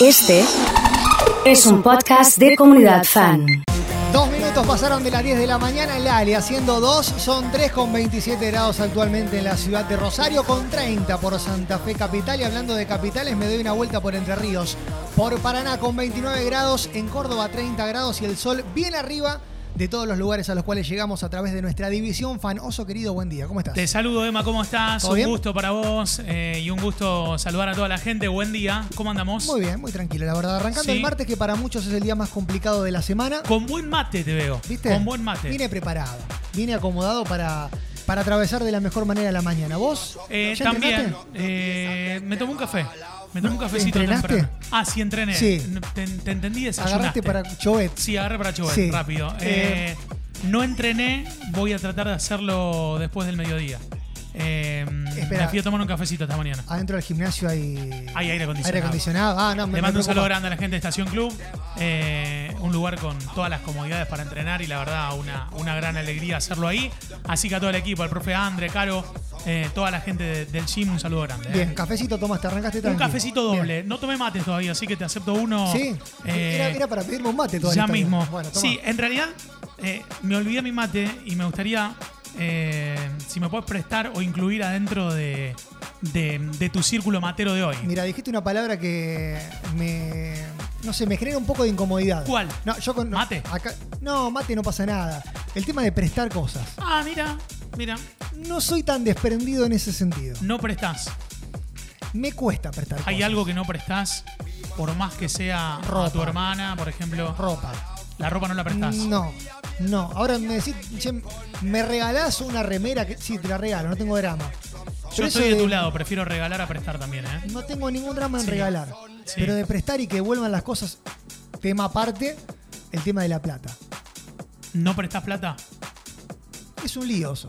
Este es un podcast de comunidad fan. Dos minutos pasaron de las 10 de la mañana en Lali, haciendo dos, son 3 con 27 grados actualmente en la ciudad de Rosario, con 30 por Santa Fe Capital. Y hablando de capitales, me doy una vuelta por Entre Ríos, por Paraná con 29 grados, en Córdoba 30 grados y el sol bien arriba de todos los lugares a los cuales llegamos a través de nuestra división fan. Oso querido, buen día, ¿cómo estás? Te saludo, Emma, ¿cómo estás? ¿Todo Un bien? gusto para vos eh, y un gusto saludar a toda la gente. Buen día, ¿cómo andamos? Muy bien, muy tranquilo, la verdad. Arrancando Sí. el martes, que para muchos es el día más complicado de la semana. Con buen mate te veo. ¿Viste? Con buen mate. Vine preparado, vine acomodado para, para atravesar de la mejor manera la mañana. ¿Vos? Eh, ¿Ya también entrenaste? eh, me tomé un café. Me tomé un cafecito ¿Entrenaste? temprano. Ah, sí, entrené. Sí. Te, te entendí desayunaste. Agarraste para Chovet. Sí, agarré para Chovet, Sí. rápido. Eh, Eh, no entrené, voy a tratar de hacerlo después del mediodía. Eh, Espera. me fui a tomar un cafecito esta mañana. Adentro del gimnasio hay, Hay aire acondicionado. aire acondicionado. Ah, no, me, Le mando me un saludo preocupa. grande a la gente de Estación Club, eh, un lugar con todas las comodidades para entrenar y la verdad una, una gran alegría hacerlo ahí. Así que a todo el equipo, al profe Andre, Caro, eh, toda la gente de- del gym, un saludo grande. eh. Bien, cafecito tomaste, arrancaste Un tranqui. cafecito Bien. doble, no tomé mates todavía, así que te acepto uno. Sí, eh, era, era para pedirme un mate todavía. ya mismo. Bueno, toma. sí, en realidad eh, me olvidé mi mate y me gustaría eh, si me puedes prestar o incluir adentro de, de- de tu círculo matero de hoy. Mira, dijiste una palabra que me. No sé, me genera un poco de incomodidad. ¿Cuál? No, yo con. no, ¿Mate? acá- no, mate no pasa nada. El tema de prestar cosas. Ah, mira, mira, No soy tan desprendido en ese sentido. no prestás. Me cuesta prestar cosas. Hay algo que no prestás, por más que sea Ropa. a tu hermana, por ejemplo. Ropa. La ropa no la prestás. No, no. Ahora me decís, che, me regalás una remera. Que, sí, te la regalo, no tengo drama. Yo Pero eso estoy de tu lado, prefiero regalar a prestar también, ¿eh? No tengo ningún drama en Sí. regalar. Sí. Pero de prestar y que vuelvan las cosas, tema aparte, el tema de la plata. ¿No prestás plata? Es un lioso.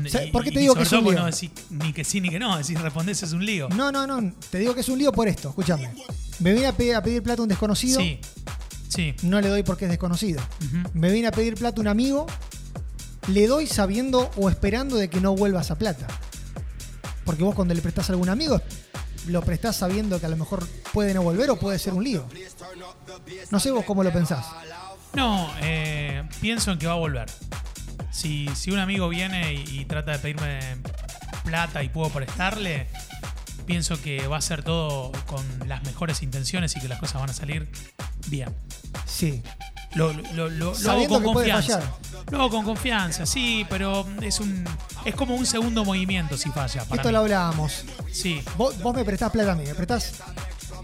Mm, ¿Sabes y- por qué te y digo que sobre es todo un porque lío? no decís ni que sí ni que no, decís respondés es un lío. No, no, no. Te digo que es un lío por esto. Escúchame. Me viene a pedir, a pedir plata un desconocido. Sí, sí. No le doy porque es desconocido. Ujú. Me viene a pedir plata un amigo. Le doy sabiendo o esperando de que no vuelva esa plata. Porque vos cuando le prestás a algún amigo, lo prestás sabiendo que a lo mejor puede no volver o puede ser un lío. No sé vos cómo lo pensás. No, eh, pienso en que va a volver. Si, si un amigo viene y, y trata de pedirme plata y puedo prestarle, pienso que va a ser todo con las mejores intenciones y que las cosas van a salir bien. Sí. Lo, lo- lo- lo hago Sabiendo con que puede confianza. Lo hago con confianza, sí, pero es un es como un segundo movimiento si falla. Para Esto mí. lo hablábamos. Sí, Vos, vos me prestás plata a mí, me prestás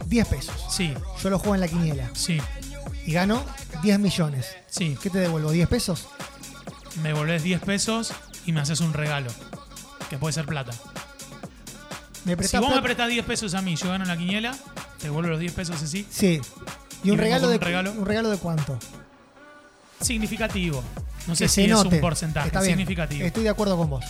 10 pesos. sí, Yo lo juego en la quiniela sí, y gano 10 millones. sí. ¿Qué te devuelvo? ¿10 pesos? Me volvés 10 pesos y me haces un regalo, que puede ser plata. Me Si prestás vos me plata- prestás 10 pesos a mí, yo gano la quiniela, te devuelvo los 10 pesos así. Sí. ¿Y ¿Y un vengo regalo con de un regalo? un regalo de cuánto? Significativo. No sé Que si se es note. un porcentaje, Está bien. Este- significativo. Estoy de acuerdo con vos.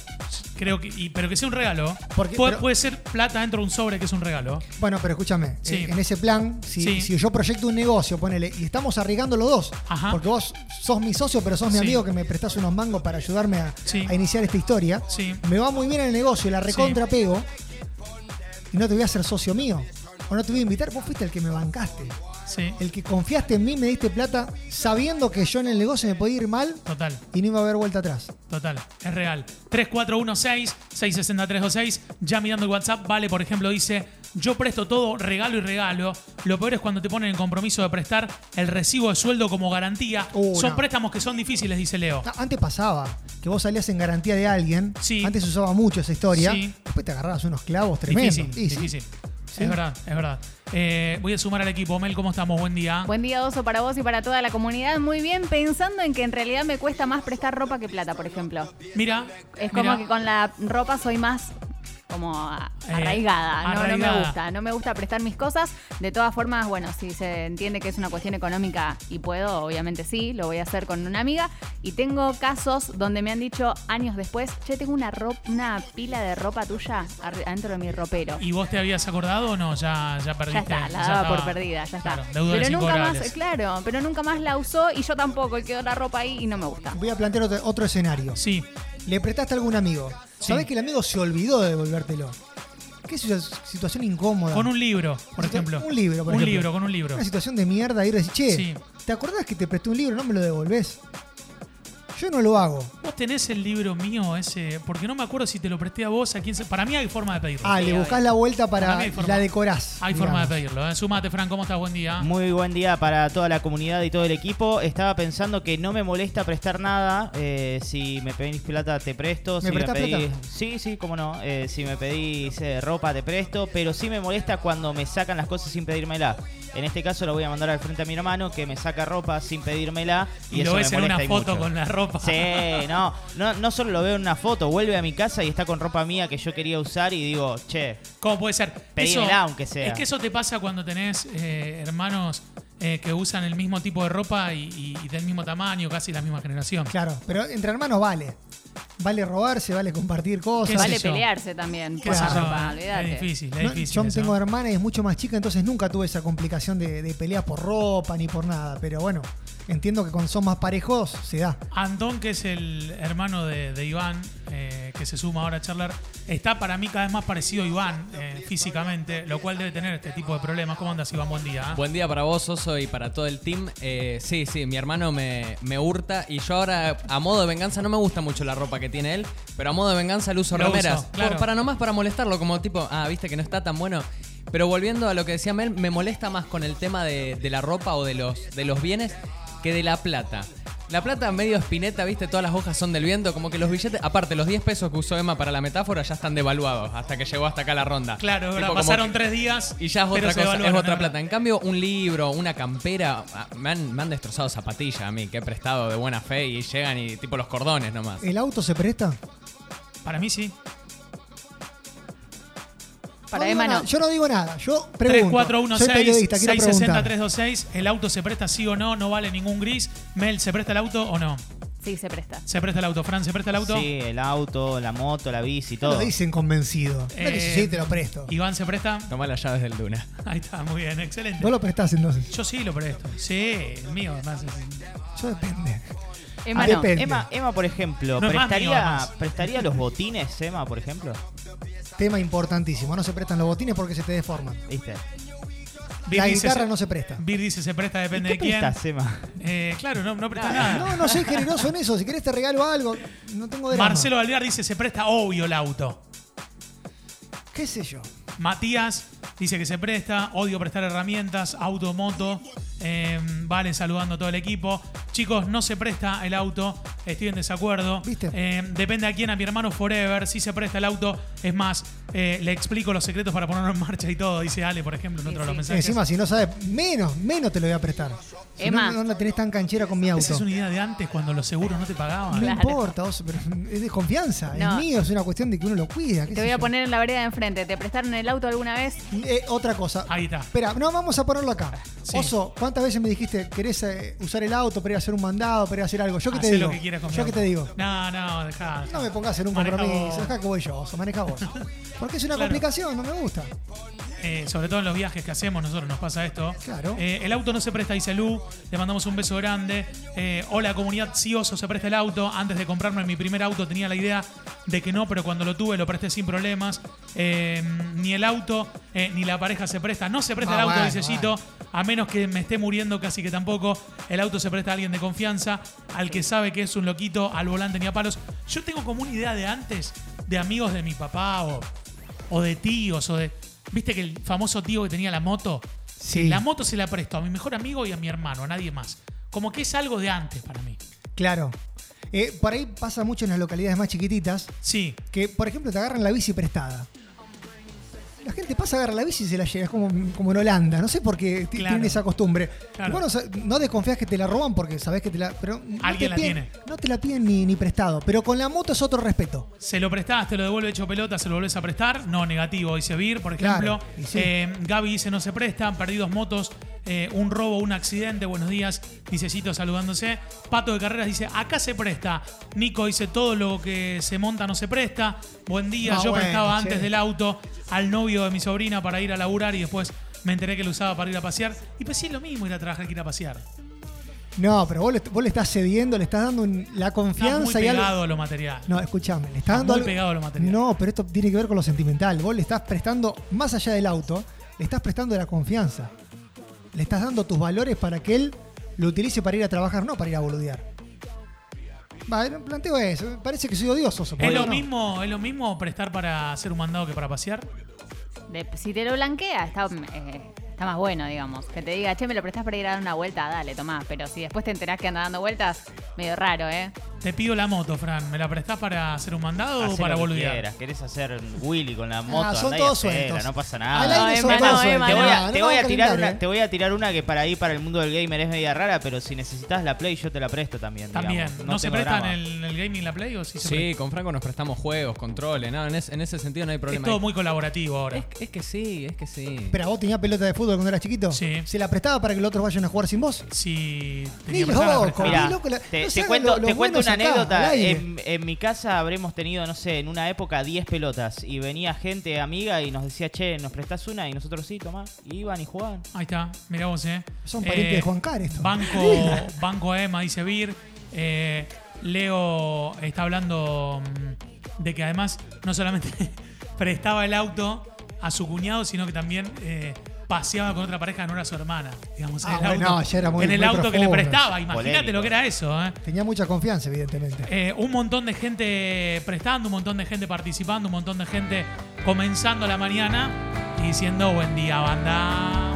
Creo que, y- pero que sea un regalo. Porque- puede, pero- puede ser plata dentro de un sobre que es un regalo. Bueno, pero escúchame, Sí. eh, en ese plan, si, Sí. si yo proyecto un negocio, ponele, y estamos arriesgando los dos, Ajá. porque vos sos mi socio, pero sos mi Sí. amigo que me prestás unos mangos para ayudarme a, Sí. a iniciar esta historia, Sí. me va muy bien el negocio, la recontrapego, y no te voy a hacer socio mío, o no te voy a invitar, vos fuiste el que me bancaste, Sí, el que confiaste en mí, me diste plata, sabiendo que yo en el negocio me podía ir mal total. y no iba a haber vuelta atrás. Total, es real. 3416-66326. Ya mirando el WhatsApp, Vale, por ejemplo, dice: Yo presto todo, regalo y regalo. Lo peor es cuando te ponen el compromiso de prestar el recibo de sueldo como garantía. Uh, son no. préstamos que son difíciles, dice Leo. Ah, Antes pasaba que vos salías en garantía de alguien. Sí. Antes se usaba mucho esa historia. Sí. Después te agarrabas unos clavos tremendos. Difícil, Y sí, difícil. Sí. Es verdad, es verdad. Eh, voy a sumar al equipo. Mel, ¿cómo estamos? Buen día. Buen día, Oso, para vos y para toda la comunidad. Muy bien, pensando en que en realidad me cuesta más prestar ropa que plata, por ejemplo. Mira. Es como mira. que con la ropa soy más como a- Eh, arraigada. No, no arraigada. me gusta. No me gusta prestar mis cosas. De todas formas, bueno, si se entiende que es una cuestión económica y puedo, obviamente sí, lo voy a hacer con una amiga. Y tengo casos donde me han dicho años después, che, tengo una, ro- una pila de ropa tuya ar- adentro de mi ropero. ¿Y vos te habías acordado o no? Ya, ya Ya perdiste. está, la daba por estaba. perdida, ya está. Claro, deudores pero nunca más, eh, incobrables. claro, pero nunca más la usó y yo tampoco, y quedó la ropa ahí y no me gusta. Voy a plantear otro, otro escenario. Sí, Le prestaste a algún amigo. Sí. Sabés que el amigo se olvidó de devolvértelo. Qué situa- situación incómoda. Con un libro, por Situa- ejemplo. Este, Un libro, por un ejemplo. libro, con un libro. Una situación de mierda ir a decir, che, Sí. ¿te acordás que te presté un libro? No me lo devolvés. Yo no lo hago. Vos tenés el libro mío ese, porque no me acuerdo si te lo presté a vos, a quién se... Para mí hay forma de pedirlo. Ah, Sí, le hay- buscás la vuelta para, para mí hay forma. la decorás. hay forma de digamos. pedirlo. ¿eh? Sumate, Fran, ¿cómo estás? Buen día. Muy buen día para toda la comunidad y todo el equipo. Estaba pensando que no me molesta prestar nada. eh, si me pedís plata, te presto. ¿Me si prestás pedís... plata? Sí, sí, cómo no. Eh, si me pedís eh, ropa, te presto. Pero sí me molesta cuando me sacan las cosas sin pedírmela. En este caso lo voy a mandar al frente a mi hermano que me saca ropa sin pedírmela. Y, y eso lo ves me en molesta una y foto mucho. con la ropa. Sí, no, no, no solo lo veo en una foto, vuelve a mi casa y está con ropa mía que yo quería usar y digo, che, ¿Cómo puede ser? Pedímela, aunque sea. Es que eso te pasa cuando tenés eh, hermanos eh, que usan el mismo tipo de ropa y, y- y del mismo tamaño, casi la misma generación. Claro, pero entre hermanos vale. Vale robarse, vale compartir ¿Qué cosas. sé Vale yo? pelearse también. Por Qué sé la yo, ropa, es olvídate. difícil, es No, difícil. yo eso. tengo hermana y es mucho más chica, entonces nunca tuve esa complicación de, de pelea por ropa ni por nada. Pero bueno, entiendo que cuando son más parejos se da. Antón, que es el hermano de, de Iván, eh, que se suma ahora a charlar, está para mí cada vez más parecido a Iván eh, físicamente, lo cual debe tener este tipo de problemas. ¿Cómo andas, Iván? Buen día. ¿eh? Buen día para vos, Oso, y para todo el team. Eh, sí, sí, mi hermano me, me hurta y yo ahora, a modo de venganza, no me gusta mucho la ropa que tiene él, pero a modo de venganza le uso Lo remeras. uso, claro. Por- para nomás para molestarlo, como tipo, ah, viste que no está tan bueno. Pero volviendo a lo que decía Mel, me molesta más con el tema de, de la ropa o de los, de los bienes que de la plata. La plata medio espineta, viste, todas las hojas son del viento, como que los billetes, aparte los 10 pesos que usó Emma para la metáfora ya están devaluados hasta que llegó hasta acá la ronda. Claro, es Tipo, verdad, como pasaron que- tres días y ya es pero otra se cosa, es evaluaron, otra verdad. plata. En cambio, un libro, una campera, ah, me han, me han destrozado zapatillas a mí, que he prestado de buena fe y llegan y tipo los cordones nomás. ¿El auto se presta? Para mí sí. No Para digo Emma nada, no. Yo no digo nada, yo pregunto. Soy periodista, quiero preguntar. 641-660-326. ¿El auto se presta sí o no? ¿No vale ningún gris? Mel, ¿se presta el auto o no? Sí, se presta. ¿Se presta el auto? Fran, ¿se presta el auto? sí, el auto, la moto, la bici, No todo. lo dicen convencido. No Eh, que sí, sí, te lo presto. Iván, ¿se presta? Tomá las llaves del Duna. Ahí está, muy bien, excelente. Vos lo prestás entonces. Yo sí lo presto. Sí, el mío, además. es- Yo depende. Emma Ah, no. depende. Emma, Emma, por ejemplo, No es más mío, ¿prestaría, además. ¿prestaría los botines, Emma, por ejemplo? Tema importantísimo. No se prestan los botines porque se te deforman. ¿Viste? Vir La dice, guitarra se- no se presta. Vir dice se presta, depende ¿Qué de quién. prestas, Emma? Eh, claro, no, no presta No, nada. no soy generoso en eso. Si querés te regalo algo. No tengo drama. Marcelo Valdear dice se presta obvio el auto. ¿Qué sé yo? Matías dice que se presta. Odio prestar herramientas, auto, moto. Eh, vale, saludando a todo el equipo. Chicos, no se presta el auto. Estoy en desacuerdo. ¿Viste? Eh, depende a quién, a mi hermano Forever. Si se presta el auto, es más, eh, le explico los secretos para ponerlo en marcha y todo. Dice Ale, por ejemplo, en otro de los sí. mensajes. Encima, si no sabes, menos, menos te lo voy a prestar. Si Emma. No, no la tenés tan canchera con mi auto. Esa es una idea de antes cuando los seguros no te No pagaban. Claro. importa, vos, pero es desconfianza. No. Es mío, es una cuestión de que uno lo cuida. qué Te sé voy a yo. poner en la vereda de enfrente. ¿Te prestaron el auto alguna vez? Eh, otra cosa. Ahí está. Espera, no, vamos a ponerlo acá. Ah. Sí. Oso, ¿cuántas veces me dijiste querés eh, usar el auto para ir a hacer un mandado, para ir a hacer algo? Yo que te Hacé digo. lo que quieras con mi yo que auto. te digo. No, no, dejá. No me pongas en un Maneja compromiso, vos. dejá que voy yo, Oso, maneja vos. Porque es una Claro. complicación, no me gusta. Eh, sobre todo en los viajes que hacemos, nosotros nos pasa esto. Claro. Eh, el auto no se presta, dice Lu. Le mandamos un beso grande. Eh, hola, comunidad Cioso, se presta el auto. Antes de comprarme mi primer auto tenía la idea de que no, pero cuando lo tuve lo presté sin problemas. Eh, ni el auto, eh, ni la pareja se presta. No se presta Ah, el auto, bueno, dice Gito. A menos que me esté muriendo, casi que tampoco. El auto se presta a alguien de confianza, al que sabe que es un loquito, al volante ni a palos. Yo tengo como una idea de antes, de amigos de mi papá o, o de tíos o de... ¿Viste que el famoso tío que tenía la moto? Sí. La moto se la presto a mi mejor amigo y a mi hermano, a nadie más. Como que es algo de antes para mí. Claro. Eh, por ahí pasa mucho en las localidades más chiquititas Sí. que, por ejemplo, te agarran la bici prestada. La gente pasa a agarrar la bici y se la lleva. Es como, como en Holanda. No sé por qué ti- Claro. tienen esa costumbre. Claro. Bueno, sa- no desconfías que te la roban porque sabés que te la. Pero no Alguien te la piden- tiene. No te la piden ni, ni prestado. Pero con la moto es otro respeto. Se lo prestás, te lo devuelve hecho pelota, se lo volvés a prestar. No, negativo, dice Vir, por ejemplo. Claro, y sí. Eh, Gaby dice no se prestan, perdidos motos, eh, un robo, un accidente, buenos días, dice Cito saludándose. Pato de Carreras dice, acá se presta. Nico dice, todo lo que se monta no se presta. Buen día, Ah, yo bueno, prestaba che. antes del auto al novio de mi sobrina para ir a laburar y después me enteré que lo usaba para ir a pasear. Y pues sí, es lo mismo ir a trabajar que ir a pasear. No, pero vos le, vos le estás cediendo, le estás dando un- la Está muy confianza y algo. pegado a lo material. No, escuchame, le estás dando. Está muy algo- pegado a lo material. No, pero esto tiene que ver con lo sentimental. Vos le estás prestando, más allá del auto, le estás prestando la confianza. Le estás dando tus valores para que él lo utilice para ir a trabajar, no para ir a boludear. Va, eh, planteo eso. Me Parece que soy odioso. ¿Es supongo, lo, ¿no? mismo, ¿Es lo mismo prestar para hacer un mandado que para pasear? De- si te lo blanquea, está, eh, está más bueno, digamos. Que te diga, che, me lo prestás para ir a dar una vuelta, dale, tomá. Pero si después te enterás que anda dando vueltas, medio raro, ¿eh? Te pido la moto, Fran. ¿Me la prestás para hacer un mandado Hacé o para lo que boludear? quieras. Querés hacer Willy con la moto. Ah, son andá y todos hacela, sueltos. No pasa Al nada. Ah, Ay, aire son Emma, todos no, Emma, sueltos. te, voy a, No, te no voy a vamos tirar calentar, una, eh. te voy a tirar una que para ir para el mundo del gamer es media rara, pero si necesitas la Play yo te la presto también. También. digamos. ¿No, No se tengo prestan drama. el, el gaming y la play o sí se Sí, prestan? con Franco nos prestamos juegos, controles, no, en, es- en ese sentido no hay Es problema. todo muy colaborativo ahora. es, es que sí, es que sí. Pero vos tenías pelota de fútbol cuando eras chiquito. Sí. ¿Se la prestaba para que los otros vayan a jugar sin vos? Si te Ni que prestar, la loco, prestás. Mirá. Mira, Qué loco la- te, no te saben cuento, lo- lo te cuento buenos una acá, al anécdota. aire. En, en mi casa habremos tenido, no sé, en una época 10 pelotas y venía gente amiga y nos decía, che, ¿nos prestás una? Y nosotros sí, tomá. Y iban y jugaban. Ahí está, mirá vos, ¿eh? Son Eh, parientes de Juan Car esto. Banco, banco Emma, dice Vir. Eh, Leo está hablando mm, de que además no solamente prestaba el auto a su cuñado, sino que también eh, paseaba con otra pareja, no era su hermana. Digamos, en Ah, el bueno, auto, no, ya era muy- en el muy auto que le profundo. prestaba. Imagínate Polémico. lo que era eso, ¿eh? Tenía mucha confianza, evidentemente. Eh, un montón de gente prestando, un montón de gente participando, un montón de gente comenzando la mañana y diciendo buen día, banda.